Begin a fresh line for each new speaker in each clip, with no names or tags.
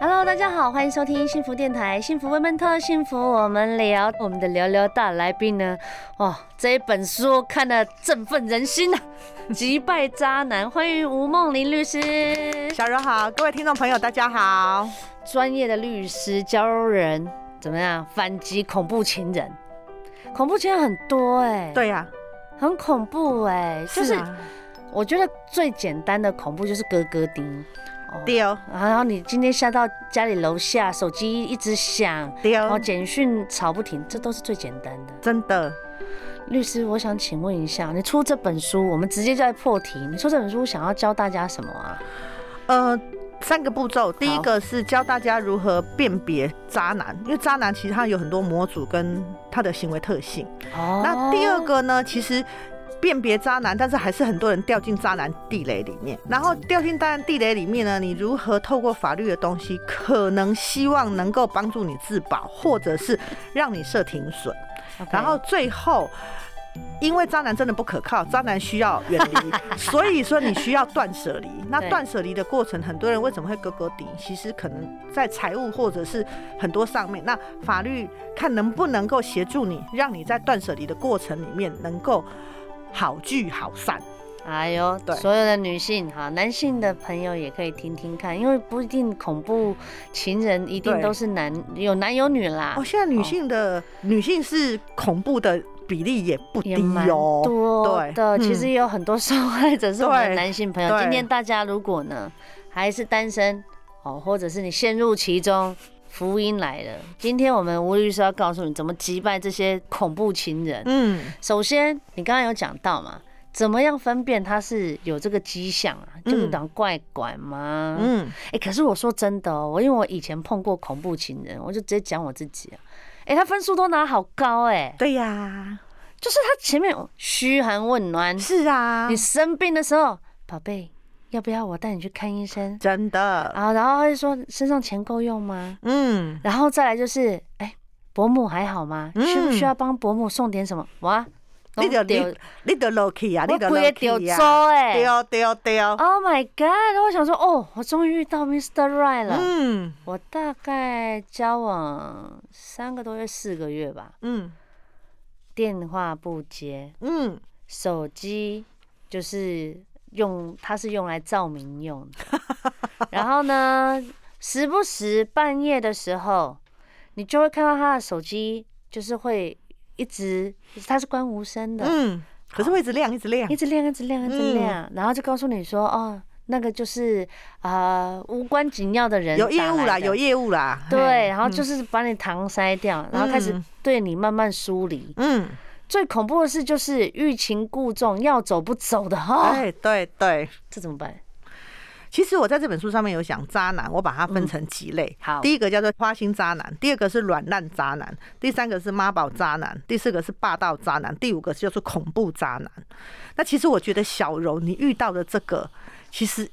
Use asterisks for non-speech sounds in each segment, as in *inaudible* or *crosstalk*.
Hello，大家好，欢迎收听幸福电台《幸福 Women Talk》，幸福我们聊。我们的聊聊大来宾呢，哇、哦，这一本书看得振奋人心呐、啊，《 *laughs* 击败渣男》，欢迎吴梦玲律师。
小柔好，各位听众朋友大家好。
专业的律师教人怎么样反击恐怖情人，恐怖情人很多哎、欸，
对呀、
很恐怖哎、
啊，
就是
是啊，
我觉得最简单的恐怖就是咯咯叮。哦
丢
然后你今天下到家里楼下，手机一直响，然后
丢，
简讯吵不停，这都是最简单的。
真的
律师，我想请问一下，你出这本书，我们直接就来破题。你出这本书想要教大家什么啊？
呃，三个步骤，第一
好
个是教大家如何辨别渣男，因为渣男其实他有很多模组跟他的行为特性。
哦
那第二个呢，其实。辨别渣男，但是还是很多人掉进渣男地雷里面。然后掉进渣男地雷里面呢，你如何透过法律的东西，可能希望能够帮助你自保，或者是让你设停损。
OK，
然后最后，因为渣男真的不可靠，渣男需要远 *laughs* 离，所以说你需要断舍 *laughs* 离。那
对
断舍离的过程，很多人为什么会咯咯顶？其实可能在财务或者是很多上面，那法律看能不能够协助你，让你在断舍离的过程里面能够好聚好散。
哎呦，
对
所有的女性哈，男性的朋友也可以听听看，因为不一定恐怖情人一定
对
都是男，有男有女啦，
哦，现在女性的、女性是恐怖的比例也不低
也蛮
哦。
多的。
对嗯
其实也有很多受害者是我们的
对
男性朋友。
对
今天大家如果呢还是单身哦，或者是你陷入其中，福音来了。今天我们吴律师要告诉你怎么击败这些恐怖情人。
嗯，
首先，你刚刚有讲到嘛，怎么样分辨他是有这个迹象啊？就是
嗯
讲怪怪吗？嗯，
嗯，
哎、可是我说真的哦，我因为我以前碰过恐怖情人，我就直接讲我自己啊。哎、他分数都拿好高哎、
对呀、
就是他前面嘘寒问暖，
是啊
你，生病的时候，宝贝，要不要我带你去看医生
真的，
啊？然后他就说身上钱够用吗？
嗯。
然后再来就是，哎，伯母还好吗？
嗯
需不需要帮伯母送点什么？哇，
你就
都丢
你就落去啊，
我
你就
规
落
个丢
去
粥
啊，
哎
对对对，哦
！Oh my god！我想说，哦，我终于遇到 Mr. Right 了。
嗯
我大概交往三个多月、四个月吧，
嗯
电话不接，
嗯，
手机就是用，它是用来照明用的。
*laughs*
然后呢，时不时半夜的时候，你就会看到他的手机，就是会一直，它是关无声的，
嗯，可是会一直亮一直亮
哦一，直亮，一直亮，一直亮，然后就告诉你说，哦，那个就是啊、呃无关紧要的人
有业
打
务啦，
来的
有业务啦，
对，啊
嘿
然后就是把你搪塞掉，然后开始
嗯
对你慢慢疏离。
嗯，
最恐怖的事就是欲擒故纵，要走不走的哈。
对哎对对。
这怎么办？
其实我在这本书上面有讲渣男，我把它分成几类。
嗯好
第一个叫做花心渣男，第二个是软烂渣男，第三个是妈宝渣男，第四个是霸道渣男，第五个就是恐怖渣男。那其实我觉得小柔你遇到的这个，其实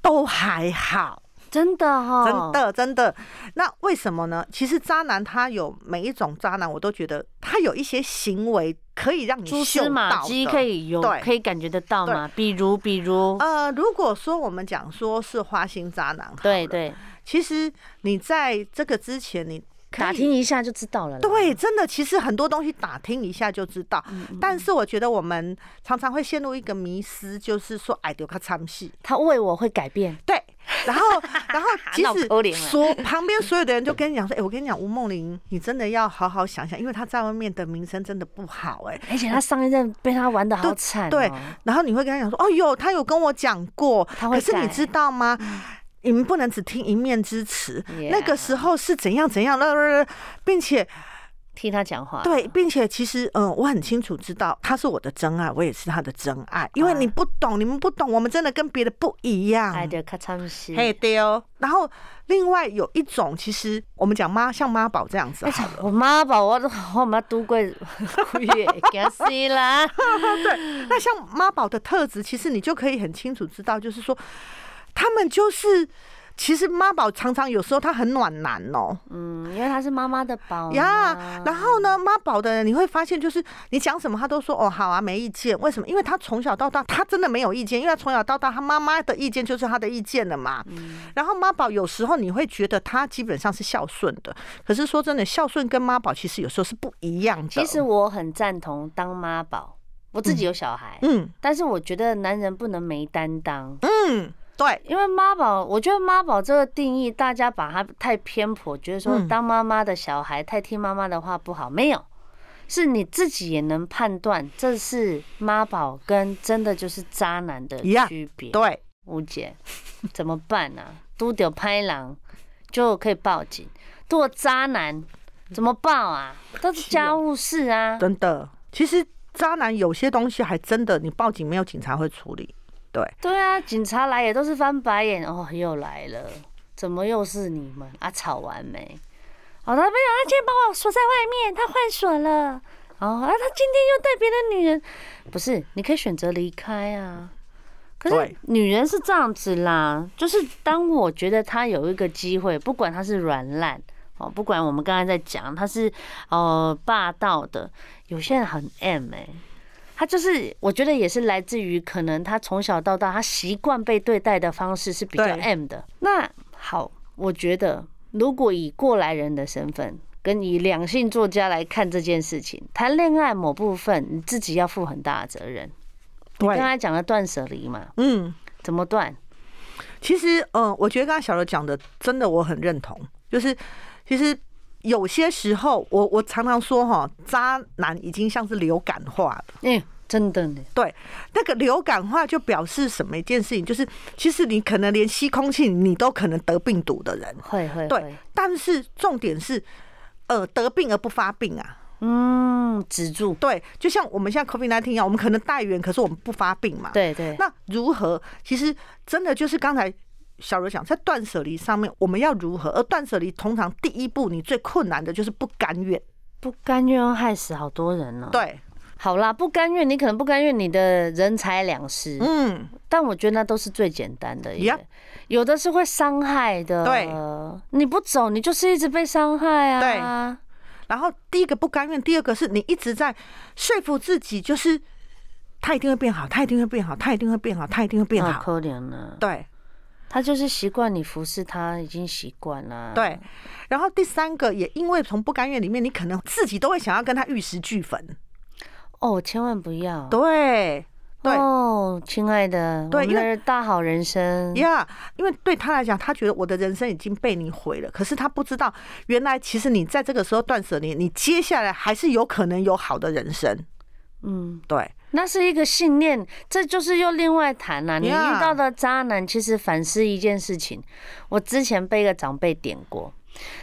都还好。
真的哈、
真，的真的。那为什么呢？其实渣男他有每一种渣男，我都觉得他有一些行为可以让
蛛
你嗅
丝
到
马迹可
的。
以有，
对
可以感觉得到嘛？比如，比如，
呃，如果说我们讲说是花心渣男，
对，对，
其实你在这个之前，你可以
打听一下就知道了啦。
对，真的，其实很多东西打听一下就知道。
嗯
但是我觉得我们常常会陷入一个迷失，就是说，哎，丢他参戏。
他为我会改变，
对，
*laughs*
然后然后其
闹可怜
实
啊
所旁边所有的人就跟你讲说，哎、我跟你讲，吴梦玲，你真的要好好想想，因为她在外面的名声真的不好、哎。
而且他上一任被他玩的好惨、哦，
对，然后你会跟他讲说，哦哟，他有跟我讲过，
他会
可是
改嗯
你知道吗？你们不能只听一面之词
Yeah
那个时候是怎样怎样，啦啦啦，并且
替他讲话。
对，并且其实，嗯，我很清楚知道他是我的真爱，我也是他的真爱。因
啊
为你不懂，你们不懂，我们真的跟别的不一样。
爱的咔嚓西，
嘿，对哦。然后另外有一种，其实我们讲妈像妈宝这样子啊好了，
哎我妈把我都我妈都 *laughs* 过几月，惊死啦！
*laughs* 那像妈宝的特质，其实你就可以很清楚知道，就是说他们就是。其实妈宝常常有时候他很暖男哦
嗯，因为他是妈妈的宝
呀
嘛，
然后呢，妈宝的人你会发现就是你讲什么他都说哦好啊没意见，为什么？因为他从小到大他真的没有意见，因为他从小到大他妈妈的意见就是他的意见了嘛。
嗯
然后妈宝有时候你会觉得他基本上是孝顺的，可是说真的，孝顺跟妈宝其实有时候是不一样的。
其实我很赞同当妈宝，我自己有小孩，
嗯
但是我觉得男人不能没担当，
嗯对
因为妈宝，我觉得妈宝这个定义，大家把它太偏颇，觉得说
嗯
当妈妈的小孩太听妈妈的话不好，没有。是你自己也能判断，这是妈宝跟真的就是渣男的
一样
区别。
对，
吴姐， *laughs* 怎么办啊？都得拍狼就可以报警，剁渣男怎么报啊？都是家务事啊。
真的，其实渣男有些东西还真的你报警没有警察会处理。对，
对啊，警察来也都是翻白眼，哦，又来了，怎么又是你们啊？吵完没？哦，他没有，他今天把我锁在外面，他换锁了。哦，啊，他今天又带别的女人，不是？你可以选择离开啊。可是
对
女人是这样子啦，就是当我觉得她有一个机会，不管她是软烂哦，不管我们刚才在讲她是哦霸道的，有些人很 M 哎、他就是，我觉得也是来自于可能他从小到大，他习惯被对待的方式是比较
对
M 的。那好，我觉得如果以过来人的身份，跟以两性作家来看这件事情，谈恋爱某部分你自己要负很大的责任。你刚
对，
才讲的断舍离嘛，
嗯。
怎么断？
其实，嗯，我觉得刚才小刘讲的，真的我很认同。就是其实有些时候，我我常常说哈，渣男已经像是流感化了。
哎、真的呢，
对，那个流感化就表示什么一件事情，就是其实你可能连吸空气你都可能得病毒的人。
会会
对
会，，
但是重点是，呃，得病而不发病啊。
嗯，止住，
对，就像我们现在 COVID 1 9一样，我们可能带源，可是我们不发病嘛。
对对，
那如何？其实真的就是刚才小柔讲，在断舍离上面，我们要如何？而断舍离通常第一步，你最困难的就是不甘愿。
不甘愿害死好多人呢、，哦
对，
好啦，不甘愿，你可能不甘愿你的人财两失，
嗯，
但我觉得那都是最简单的耶
Yep
有的是会伤害的。
对，
你不走，你就是一直被伤害啊。
然后第一个不甘愿，第二个是你一直在说服自己，就是他一定会变好，他一定会变好，他一定会变好，他一定会变
好
好。
可怜呢、
对
他就是习惯你服侍他，已经习惯了。，
对，然后第三个也因为从不甘愿里面，你可能自己都会想要跟他玉石俱焚。
哦，千万不要。
对，对
哦，亲爱的，
对
我们
因为
的大好人生。
呀因为对他来讲，他觉得我的人生已经被你毁了，可是他不知道，原来其实你在这个时候断舍离，你接下来还是有可能有好的人生。
嗯，
对，
那是一个信念，这就是又另外谈啊啦、你
Yeah
遇到的渣男，其实反思一件事情，我之前被一个长辈点过，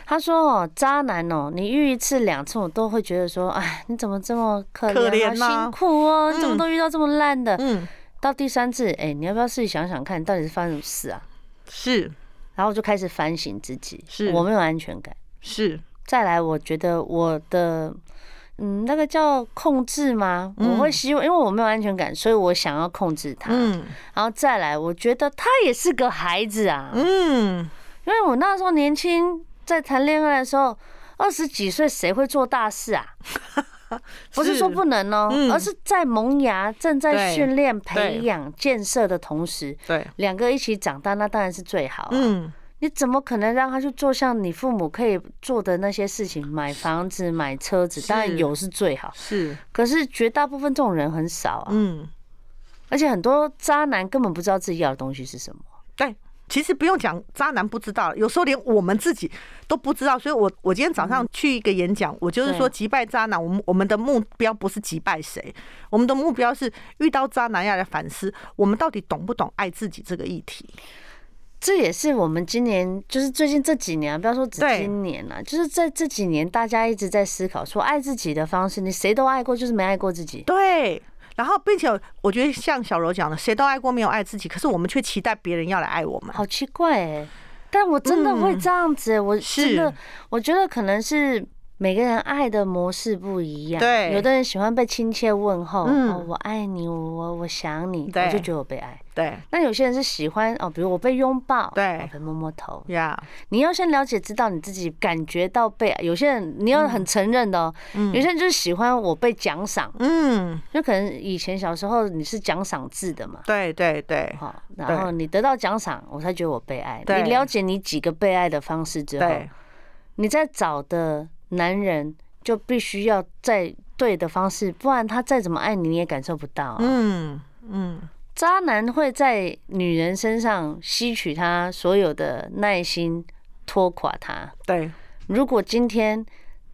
他说：“哦，渣男哦，你遇一次两次，我都会觉得说，哎，你怎么这么可
可
怜、
怜
好
啊
辛苦哦，你怎么
嗯
都遇到这么烂的？”
嗯，
到第三次，哎、你要不要自己想想看，到底是发生什么事啊？
是
然后我就开始反省自己，
是
我没有安全感。
是，
再来，我觉得我的嗯，那个叫控制吗？我会希望，因为我没有安全感，所以我想要控制他。
嗯
然后再来，我觉得他也是个孩子啊，
嗯，
因为我那时候年轻，在谈恋爱的时候，二十几岁谁会做大事啊？不是说不能哦、
嗯
而是在萌芽、正在
对
训练、
对
培养、建设的同时，
对，
两个一起长大，那当然是最好、啊。
嗯
你怎么可能让他去做像你父母可以做的那些事情？买房子、买车子，
是
当然有是最好。
是，
可是绝大部分这种人很少啊，
嗯
而且很多渣男根本不知道自己要的东西是什么。
对。其实不用讲，渣男不知道，有时候连我们自己都不知道。所以我我今天早上去一个演讲，我就是
嗯对
说击败渣男，我们我们的目标不是击败谁，我们的目标是遇到渣男要来反思，我们到底懂不懂爱自己这个议题。
这也是我们今年，就是最近这几年、啊，不要说只
对
今年了、就是在这几年，大家一直在思考说爱自己的方式，你谁都爱过，就是没爱过自己。
对。然后，并且我觉得像小柔讲的，谁都爱过，没有爱自己，可是我们却期待别人要来爱我们。
好奇怪哎、但我真的会这样子欸、我真的
嗯是
我觉得可能是每个人爱的模式不一样，
对
有的人喜欢被亲切问候，
嗯
哦，我爱你，我我我想你，
对
我就觉得我被爱。
对
那有些人是喜欢哦，比如我被拥抱，哦
对
我被摸摸头。
呀
你要先了解知道你自己感觉到被爱，有些人你要很承认的哦，有些人就是喜欢我被奖赏，
嗯，
就可能以前小时候你是奖赏制的嘛，
对对对
好，然后你得到奖赏，我才觉得我被爱。
对
你了解你几个被爱的方式之后，
对，
你再找的男人就必须要在对的方式，不然他再怎么爱你，你也感受不到啊、
嗯嗯，
渣男会在女人身上吸取他所有的耐心，拖垮他。
对
如果今天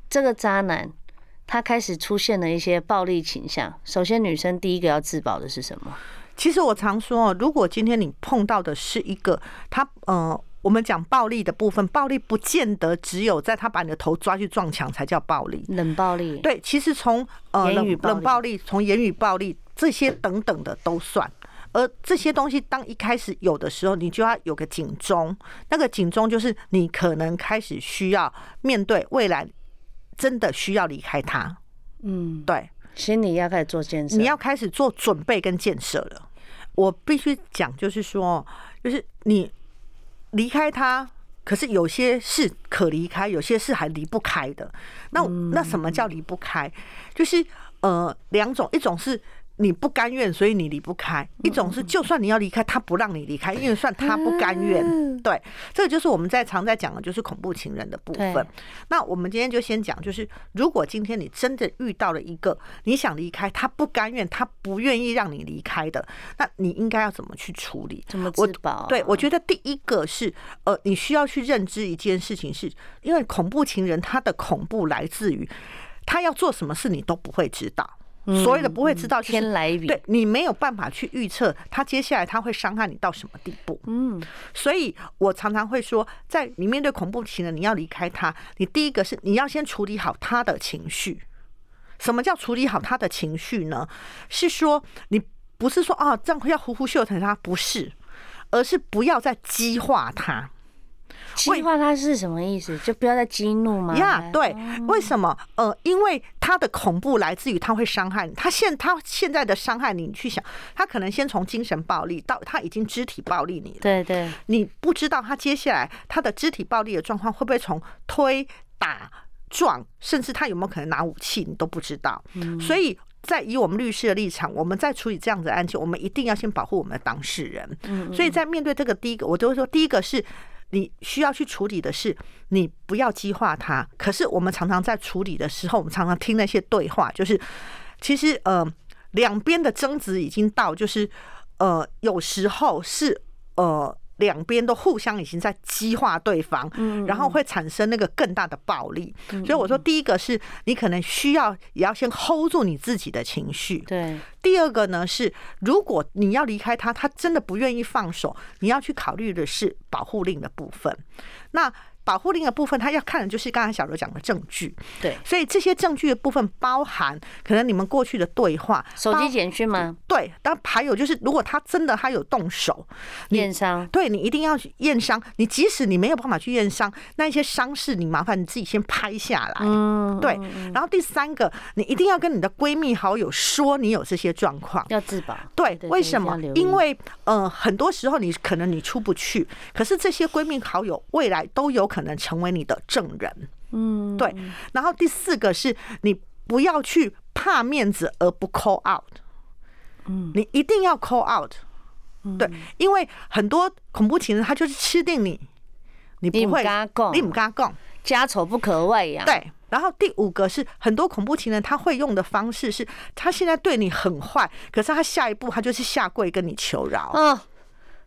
这个渣男他开始出现了一些暴力倾向，首先女生第一个要自保的是什么？
其实我常说哦，如果今天你碰到的是一个他，呃，我们讲暴力的部分，暴力不见得只有在他把你的头抓去撞墙才叫暴力。
冷暴力。
对，其实从呃
言语暴力
冷冷暴力，从言语暴力这些等等的都算。而这些东西，当一开始有的时候，你就要有个警钟。那个警钟就是你可能开始需要面对未来，真的需要离开他。
嗯。
对，
心理要开始做啊建设。
你要开始做准备跟建设了。我必须讲，就是说，就是你离开他，可是有些是可离开，有些是还离不开的。那那什么叫离不开？就是呃，两种，一种是。你不甘愿，所以你离不开。一种是，就算你要离开，他不让你离开，因为算他不甘愿。对，这个就是我们在常在讲的，就是恐怖情人的部
对
分。那我们今天就先讲，就是如果今天你真的遇到了一个你想离开，他不甘愿，他不愿意让你离开的，那你应该要怎么去处理？
怎么
我
自保啊、
对，我觉得第一个是，呃，你需要去认知一件事情是，因为恐怖情人他的恐怖来自于他要做什么事你都不会知道，所有的不会知道就
嗯
是
天来一笔。
对你没有办法去预测他接下来他会伤害你到什么地步。
嗯，
所以我常常会说，在你面对恐怖情人，你要离开他，你第一个是你要先处理好他的情绪。什么叫处理好他的情绪呢？是说你不是说啊，这样要呼呼秀疼他，不是，而是不要再激化他。
激化他是什么意思？就不要再激怒吗？哎
呀对，为什么？呃，因为他的恐怖来自于他会伤害你，他现他现在的伤害你，你去想，他可能先从精神暴力到他已经肢体暴力你了。
对对，
你不知道他接下来他的肢体暴力的状况会不会从推打撞，甚至他有没有可能拿武器，你都不知道。所以在以我们律师的立场，我们在处理这样子的案件，我们一定要先保护我们的当事
嗯
人。所以在面对这个第一个，我都会说，第一个是。你需要去处理的是，你不要激化他。可是我们常常在处理的时候，我们常常听那些对话，就是其实呃，两边的争执已经到，就是呃，有时候是呃，两边都互相已经在激化对方，
嗯
然后会产生那个更大的暴力。所以我说，第一个是你可能需要也要先 hold 住你自己的情绪。
对，
第二个呢是，如果你要离开他，他真的不愿意放手，你要去考虑的是保护令的部分。那保护令的部分，他要看的就是刚才小柔讲的证据。
对
所以这些证据的部分包含可能你们过去的对话，
手
包
机简讯吗？
对，但还有就是，如果他真的他有动手，你
验伤。
对你一定要去验伤。你即使你没有办法去验伤，那一些伤势你麻烦你自己先拍下来。
嗯，
哎对，然后第三个，你一定要跟你的闺蜜好友说你有这些状况。
要自保。
对，为什
一
么
定要？留意
因为呃，很多时候你可能你出不去，可是这些闺蜜好友未来都有可能成为你的证人。
嗯，
对，然后第四个是你不要去怕面子而不 call out，
嗯，
你一定要 call out，对，因为很多恐怖情人他就是吃定你，你
你
不
不
会，
敢讲啊
你不敢讲，
家丑不可外扬。，
对。然后第五个是很多恐怖情人他会用的方式是，他现在对你很坏，可是他下一步他就是下跪跟你求饶。
哦，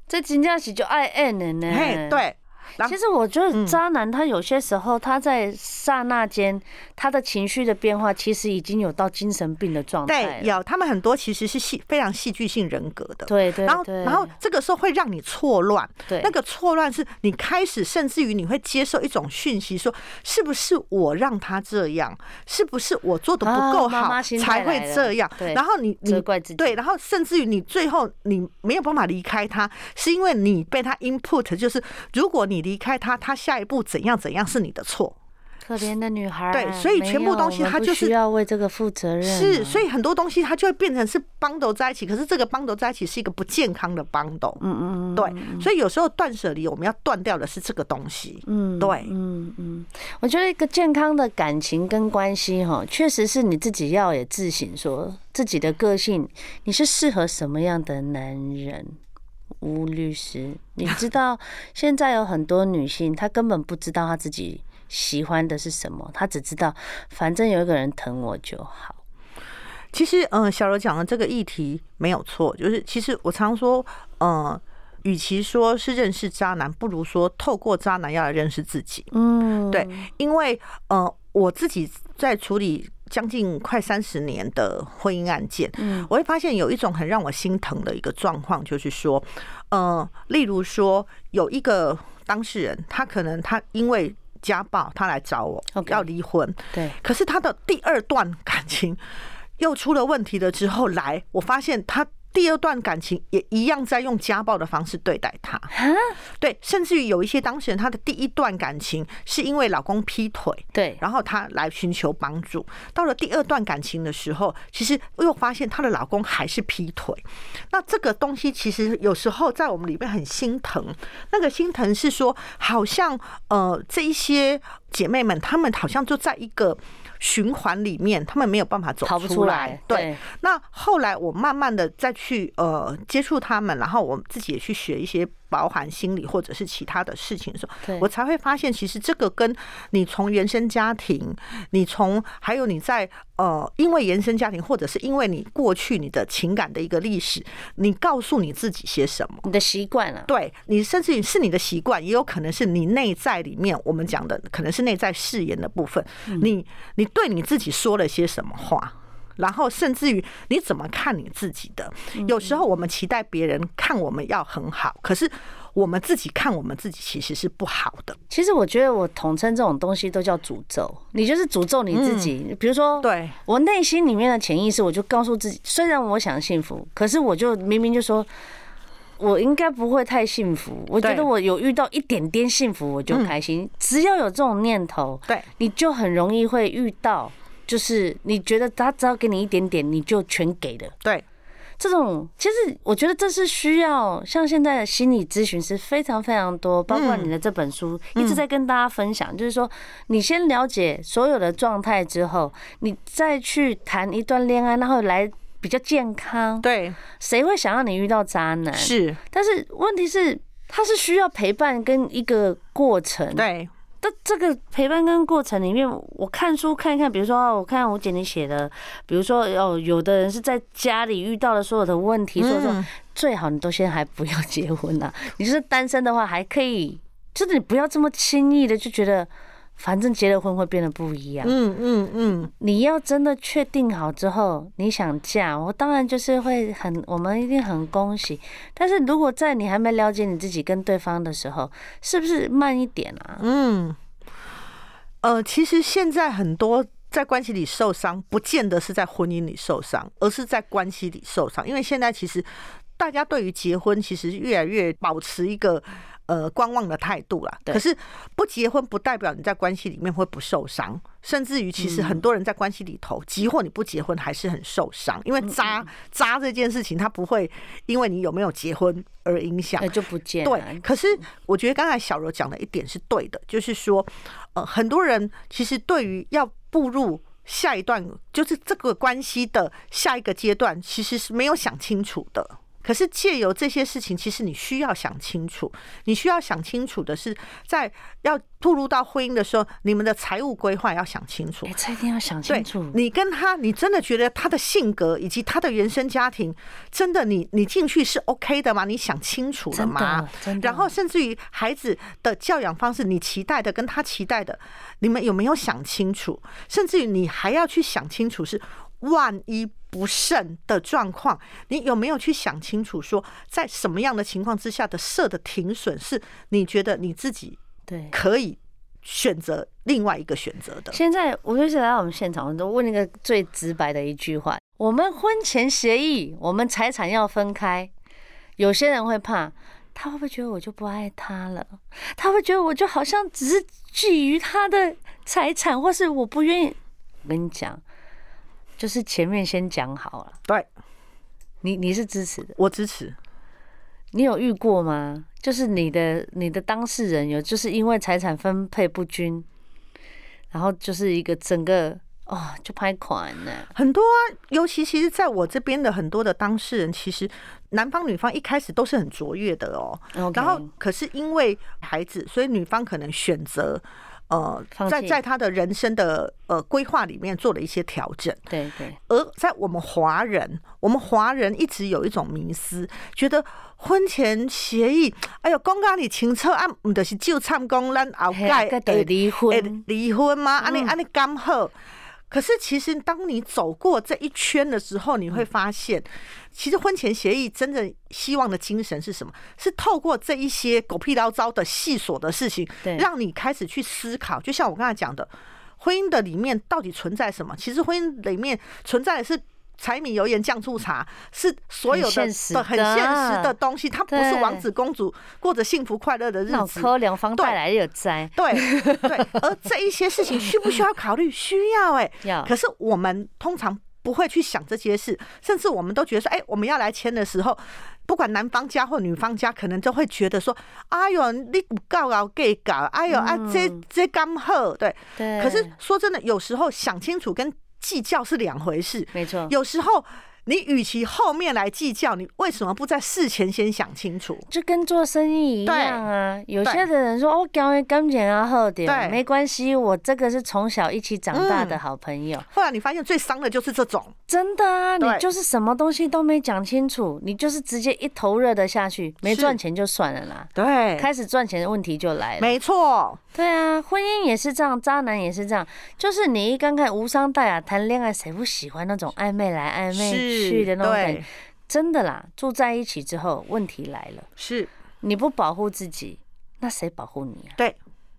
这真正是就爱爱的呢。
嘿，，对。然
其实我觉得
嗯
渣男他有些时候他在刹那间，他的情绪的变化其实已经有到精神病的状态
对，
了。
有他们很多其实是戏非常戏剧性人格的。
对对
然后，
对，
然后这个时候会让你错乱，
对
那个错乱是你开始，甚至于你会接受一种讯息，说是不是我让他这样，是不是我做的不够
啊妈
好
妈心态
才会
来了
这样
对？
然后你你
责怪自己，
对，然后甚至于你最后你没有办法离开他，是因为你被他 input，就是如果你离开他，他下一步怎样怎样是你的错。
可怜的女孩。啊
对所以全部
没有
东西
我们
它
不
就是
需要为这个负责任啊。
是，所以很多东西它就会变成是帮斗在一起，可是这个帮斗在一起是一个不健康的帮斗。
嗯嗯嗯，
对，所以有时候断舍离我们要断掉的是这个东西。
嗯，
对
嗯嗯，我觉得一个健康的感情跟关系，哈，确实是你自己要也自省，说自己的个性，你是适合什么样的男人。吴律师，你知
*laughs*
道现在有很多女性，她根本不知道她自己喜欢的是什么，她只知道反正有一个人疼我就好。
其实，嗯、小柔讲的这个议题没有错，就是其实我常说，嗯、与其说是认识渣男，不如说透过渣男要来认识自己。
嗯，
对，因为呃，我自己在处理将近快三十年的婚姻案件，
嗯
我会发现有一种很让我心疼的一个状况，就是说，呃，例如说有一个当事人，他可能他因为家暴，他来找我
OK
要离婚，
对，
可是他的第二段感情又出了问题了之后来，我发现他第二段感情也一样在用家暴的方式对待他。对，甚至于有一些当事人，他的第一段感情是因为老公劈腿，
对，
然后她来寻求帮助。到了第二段感情的时候，其实又发现她的老公还是劈腿。那这个东西其实有时候在我们里面很心疼，那个心疼是说，好像呃这一些姐妹们，她们好像就在一个循环里面，她们没有办法走
逃不
出
出来。
对，那后来我慢慢的再去呃接触他们，然后我自己也去学一些包含心理或者是其他的事情的时候
对，
我才会发现，其实这个跟你从原生家庭，你从还有你在呃因为原生家庭或者是因为你过去你的情感的一个历史，你告诉你自己些什么。
你的习惯啊了。
对你，甚至于是你的习惯，也有可能是你内在里面我们讲的，可能是内在誓言的部分。你你对你自己说了些什么话？然后，甚至于你怎么看你自己的？有时候我们期待别人看我们要很好，可是我们自己看我们自己其实是不好的。
其实我觉得我统称这种东西都叫诅咒，你就是诅咒你自己。比如说，
嗯对，
我内心里面的潜意识，我就告诉自己，虽然我想幸福，可是我就明明就说，我应该不会太幸福。我觉
对嗯
得我有遇到一点点幸福，我就开心。只要有这种念头，
对，
你就很容易会遇到，就是你觉得他只要给你一点点，你就全给了。
对，
这种其实我觉得这是需要像现在的心理咨询师非常非常多，包括你的这本书、
嗯
一直在跟大家分享，就是说你先了解所有的状态之后，你再去谈一段恋爱，然后来比较健康。
对，
谁会想让你遇到渣男？
是，
但是问题是，他是需要陪伴跟一个过程。
对，
但这个陪伴跟过程里面，我看书看一看，比如说啊我看吴姐你写的，比如说哦，有的人是在家里遇到了所有的问题，所以说
嗯
最好你都先还不要结婚啊，你就是单身的话还可以，就是你不要这么轻易的就觉得，反正结了婚会变得不一样。
嗯嗯嗯，
你要真的确定好之后，你想嫁，我当然就是会很，我们一定很恭喜。但是如果在你还没了解你自己跟对方的时候，是不是慢一点啊？
嗯，呃，其实现在很多在关系里受伤，不见得是在婚姻里受伤，而是在关系里受伤。因为现在其实大家对于结婚，其实越来越保持一个呃观望的态度啦。
对
可是不结婚不代表你在关系里面会不受伤，甚至于其实很多人在关系里头，即或你不结婚还是很受伤，因为渣渣这件事情，它不会因为你有没有结婚而影响
那。就不见了。
对，可
嗯
是我觉得刚才小柔讲的一点是对的，就是说，呃，很多人其实对于要步入下一段，就是这个关系的下一个阶段，其实是没有想清楚的。可是借由这些事情，其实你需要想清楚，你需要想清楚的是，在要步入到婚姻的时候，你们的财务规划要想清楚
哎、。这一定要想
对
清楚，。
你跟他，你真的觉得他的性格以及他的原生家庭，真的你你进去是 OK 的吗？你想清楚了
真
吗
的？，啊真的。
然后甚至于孩子的教养方式，你期待的跟他期待的，你们有没有想清楚？甚至于你还要去想清楚是万一。不慎的状况，你有没有去想清楚？说在什么样的情况之下的设的停损是你觉得你自己
对，
可以选择另外一个选择的？
现在我就是来到我们现场，我都问那个最直白的一句话：我们婚前协议，我们财产要分开。有些人会怕，他会不会觉得我就不爱他了？他会觉得我就好像只是觊觎他的财产，或是我不愿意。我跟你讲，就是前面先讲好了。
对
你你是支持的，
我支持。
你有遇过吗？就是你的你的当事人有，就是因为财产分配不均，然后就是一个整个哦就拍款呢、
很多啊，尤其其实在我这边的很多的当事人，其实男方女方一开始都是很卓越的哦。
o k
然后可是因为孩子，所以女方可能选择呃
放，
在
弃
在她的人生的呃规划里面做了一些调整。
对对
而在我们华人，我们华人一直有一种迷思，觉得婚前协议，哎呦，公家你情车啊，唔就是就参公咱后
嘿啊
盖哎
还得离婚嗯
会离婚吗？安尼安尼刚好。可是其实当你走过这一圈的时候，你
嗯
会发现，其实婚前协议真正希望的精神是什么？是透过这一些狗屁叨糟的细琐的事情
对，
让你开始去思考。就像我刚才讲的，婚姻的里面到底存在什么？其实婚姻里面存在的是。柴米油盐酱醋茶是所有的
很现实
的很现实
的
的东西，它不是
对
王子公主过着幸福快乐的日
脑
子。
壳两方
对
带来有灾，
对对，而这一些事情需不需要考虑？需要哎、
要
可是我们通常不会去想这些事，甚至我们都觉得说，哎、我们要来签的时候，不管男方家或女方家，可能都会觉得说，哎呦，你有够搞 gay 搞，哎呦啊，这这刚好对。
对。
可是说真的，有时候想清楚跟计较是两回事。
没错，
有时候你与其后面来计较，你为什么不在事前先想清楚？
就跟做生意一样啊。有些的人说哦，感感情啊好点，
对嗯
没关系，我这个是从小一起长大的好朋友。
后来你发现最伤的就是这种。
真的啊，你
对
就是什么东西都没讲清楚，你就是直接一头热的下去，没
是
赚钱就算了啦。
对
开始赚钱的问题就来了。
没错，
对啊，婚姻也是这样，渣男也是这样，就是你一刚开始无伤大雅谈恋爱，谁不喜欢那种暧昧来暧昧去的那种感觉
对？，
真的啦，住在一起之后，问题来了，
是，
你不保护自己，那谁保护你啊？
对。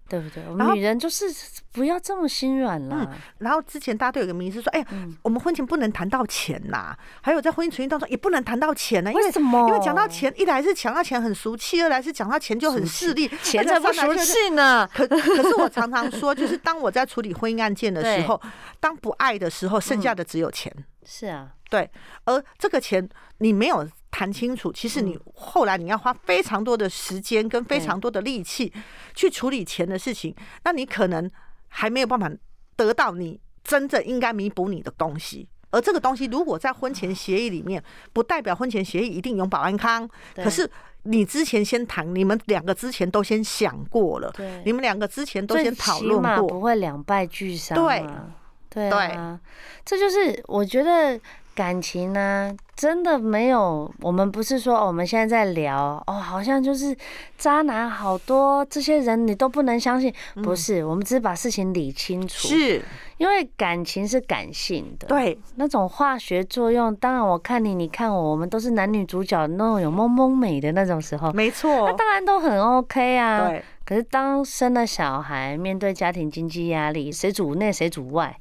对不对？我
然后嗯
们女人就是不要这么心软啦。
然后之前大家都有个迷思说，哎、
嗯
我们婚前不能谈到钱呐、还有在婚姻存续当中也不能谈到钱呢、因
为什么
因为讲到钱，一来是讲到钱很俗气，二来是讲到钱就很势利，
钱
再
才不俗气呢。
可可是我常常说，就是当我在处理婚姻案件的时候，当不爱的时候，剩
嗯
下的只有钱。
是啊，
对，而呃这个钱你没有谈清楚，其实
嗯
你后来你要花非常多的时间跟非常多的力气去处理钱的事情，那你可能还没有办法得到你真正应该弥补你的东西。而这个东西如果在婚前协议里面，不代表婚前协议一定永保安康，
对
可是。你之前先谈，你们两个之前都先想过了
对，
你们两个之前都
最
先讨
起
论
码
过，
不会两败俱伤
对
嘛。对啊，这就是我觉得感情呢、真的没有。我们不是说、哦我们现在在聊哦，好像就是渣男好多，这些人你都不能相信。不是，我们只是把事情理清楚。，
嗯是
因为感情是感性的，，
对，
那种化学作用。当然，我看你，你看我，我们都是男女主角那种有萌萌美的那种时候，
没
那
错，
当然都很 OK 啊。
对，
可是当生了小孩，面对家庭经济压力，谁主内谁主外，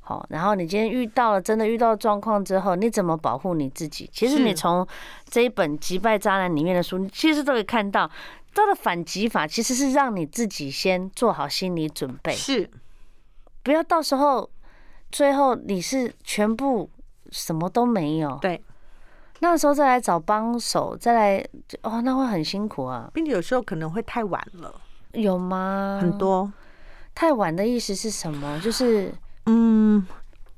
好，然后你今天遇到了真的遇到状况之后，你怎么保护你自己？其实
是
你从这一本《击败渣男》里面的书，你其实都可以看到，它的反击法其实是让你自己先做好心理准备，
是
不要到时候最后你是全部什么都没有，
对，
那时候再来找帮手，再来哦，那会很辛苦啊，
并且有时候可能会太晚了，
有吗？
很多。
太晚的意思是什么？就是
嗯，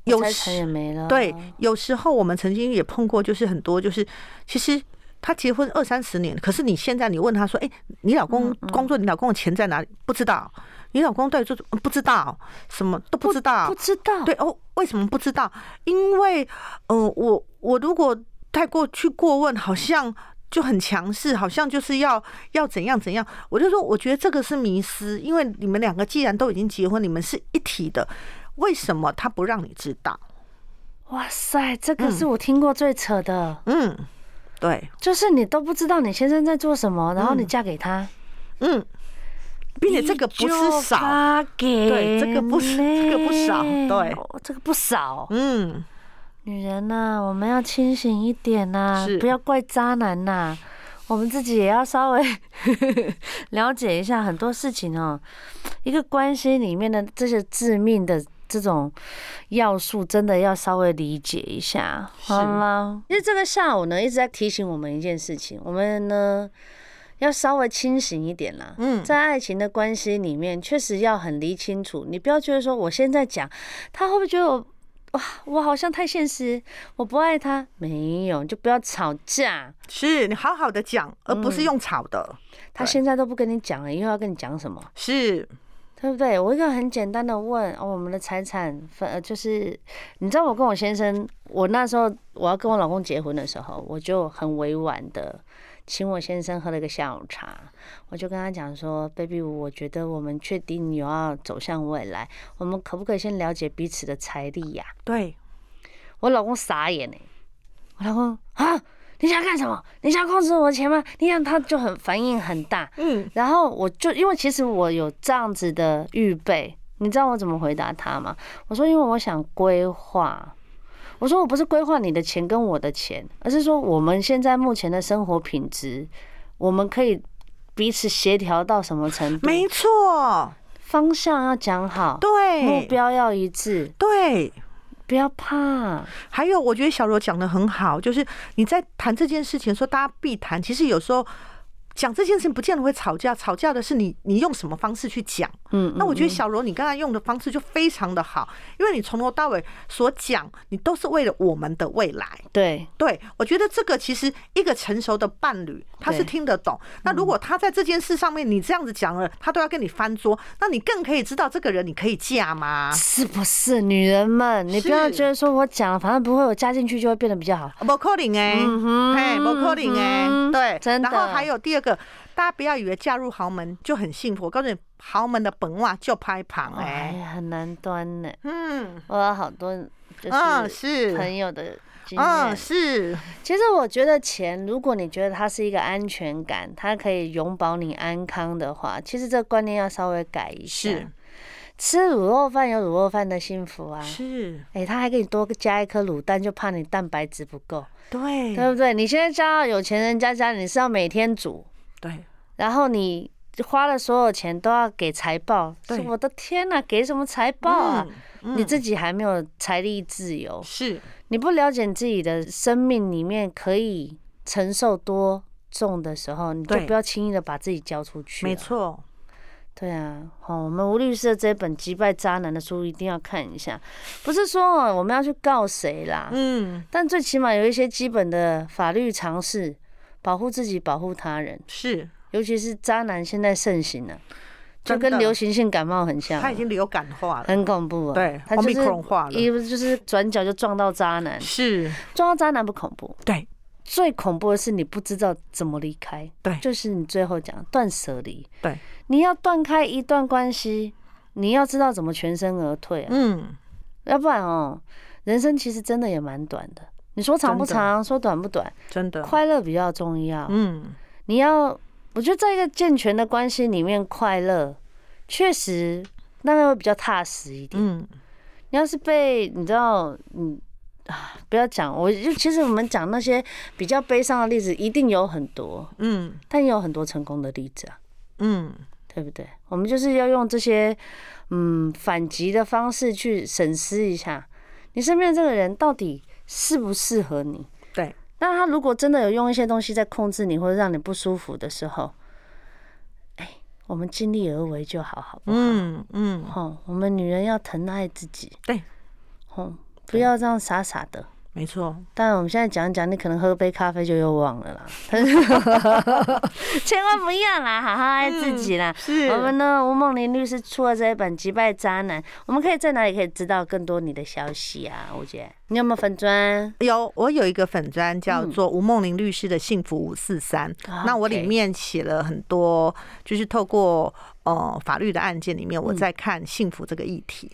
有
财产
时
也没了。
对，有时候我们曾经也碰过，就是很多就是其实他结婚二三十年，可是你现在你问他说，哎、你老公工作，你老公的钱在哪里？不知道。你老公对就是嗯不知道，什么都不知道，
不知道，
啊对哦，为什么不知道？因为，嗯、我我如果太过去过问，好像就很强势，好像就是要要怎样怎样。我就说，我觉得这个是迷失，因为你们两个既然都已经结婚，你们是一体的，为什么他不让你知道？
哇塞，这个是我听过最扯的，
嗯，对，
就是你都不知道你先生在做什么，然后你
嗯
嫁给他，
嗯，并且这个不是少，对
对
这个不是这个不少对，
哦这个不少。
嗯，
女人呐、我们要清醒一点呐、
是
不要怪渣男呐、我们自己也要稍微 *laughs* 了解一下很多事情哦。一个关系里面的这些致命的这种要素，真的要稍微理解一下。
是
好啦，其实这个下午呢一直在提醒我们一件事情，我们呢要稍微清醒一点啦。
嗯
在爱情的关系里面，确实要很理清楚，你不要觉得说我现在讲，他会不会觉得我哇，我好像太现实，我不爱他，没有，你就不要吵架。
是你好好的讲，而不
嗯
是用吵的，
他
对
现在都不跟你讲了，以后要跟你讲什么？
是
对不对？我一个很简单的问，哦，我们的财产分，呃，就是你知道，我跟我先生，我那时候我要跟我老公结婚的时候，我就很委婉的请我先生喝了一个下午茶，我就跟他讲说，baby，我觉得我们确定有要走向未来，我们可不可以先了解彼此的财力呀、
对，
我老公傻眼呢、我老公啊，你想干什么？你想控制我的钱吗？你想他就很反应很大，
嗯，
然后我就因为其实我有这样子的预备，你知道我怎么回答他吗？我说因为我想规划，我说我不是规划你的钱跟我的钱，而是说我们现在目前的生活品质，我们可以彼此协调到什么程度，
没错，
方向要讲好，
对，
目标要一致，
对，
不要怕，
还有，我觉得小罗讲的很好，就是你在谈这件事情的时候，大家必谈。其实有时候讲这件事情不见得会吵架，吵架的是你你用什么方式去讲。
嗯，
那我觉得
嗯
小罗你刚才用的方式就非常的好，因为你从头到尾所讲，你都是为了我们的未来。
嗯对
对，我觉得这个其实一个成熟的伴侣，他是
对
听得懂。那如果他在这件事上面你这样子讲了，他都要跟你翻桌，那你更可以知道这个人你可以嫁吗？
是不是女人们？你不要
是
觉得说我讲了，反正不会，我加进去就会变得比较好。嗯
不可能哎、欸，
哼
哎、不可能哎、
嗯哼
对，
真的
然后还有第二个，大家不要以为嫁入豪门就很幸福，我告诉你，豪门的本袜就拍旁
哎
哎、
呀，很难端呢、
嗯
我有好多
嗯
就是朋
是，
友的经验。
嗯是，
其实我觉得钱，如果你觉得它是一个安全感，它可以永保你安康的话，其实这个观念要稍微改一下。
是
吃卤肉饭有卤肉饭的幸福啊。
嗯是，
哎、他还给你多加一颗卤蛋，就怕你蛋白质不够，
对
对不对？你现在嫁到有钱人家家里，你是要每天煮，
对
然后你花了所有钱都要给财报，
对
我的天呐，给什么财报啊？
嗯
你自啊己还没有财力自由，
是
你不了解你自己的生命里面可以承受多重的时候，你就
对
不要轻易的把自己交出去。
没，错，
对啊，好，我们吴律师的这本《击败渣男》的书一定要看一下，不是说哦我们要去告谁啦，
嗯
但最起码有一些基本的法律常识，保护自己，保护他人，
是，
尤其是渣男现在盛行了、就
真的
跟流行性感冒很像啊，
他已经流感化了，
很恐怖啊。
对，
他
奥
就
密
是
克戎化了，
一不就是转角就撞到渣
*laughs*
男，
是，
撞到渣男不恐怖，
对
最恐怖的是你不知道怎么离开，
对
就是你最后讲断舍离，
对，
你要断开一段关系，你要知道怎么全身而退啊，
嗯
要不然哦，人生其实真的也蛮短的。你说长不
真的
长，说短不短，
真的，
快啊乐比较重要。
嗯
你要，我觉得在一个健全的关系里面，快乐确实那个会比较踏实一点。
嗯
你要是被你知道，嗯啊，不要讲，我就其实我们讲那些比较悲伤的例子，一定有很多，
嗯
但也有很多成功的例子啊，
嗯，
对不对？我们就是要用这些嗯反击的方式去审视一下，你身边的这个人到底适不适合你。
对，
那他如果真的有用一些东西在控制你，或者让你不舒服的时候，哎，我们尽力而为就好，好不好？
嗯嗯
哦吼，我们女人要疼爱自己，哦
对，
吼，不要这样傻傻的。
没错，
当然，我们现在讲一讲，你可能喝杯咖啡就又忘
*laughs*
了啦，千万不要啦，好好爱自己啦。
嗯是
我们呢，吴梦玲律师出了这一本《击败渣男》，我们可以在哪里可以知道更多你的消息啊？吴姐，你有没有粉砖？
有，我有一个粉砖叫做吴梦玲律师的幸福五四三，
嗯啊
那我里
OK
面写了很多，就是透过呃法律的案件里面，
嗯
我在看幸福这个议题。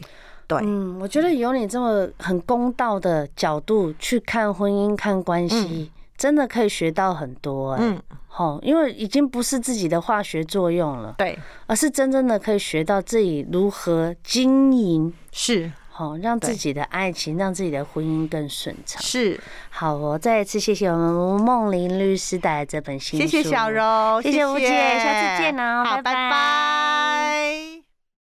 对，
嗯，我觉得有你这么很公道的角度去看婚姻、看关系，真的可以学到很多哎、
嗯，
吼因为已经不是自己的化学作用了，
对，
而是真正的可以学到自己如何经营。
是
好、让自
对
己的爱情、让自己的婚姻更顺畅。
是，
好哦，再一次谢谢我们吴梦玲律师带来这本新
谢
书，
谢小柔，
谢谢吴姐下次见哦
好，
拜拜
拜拜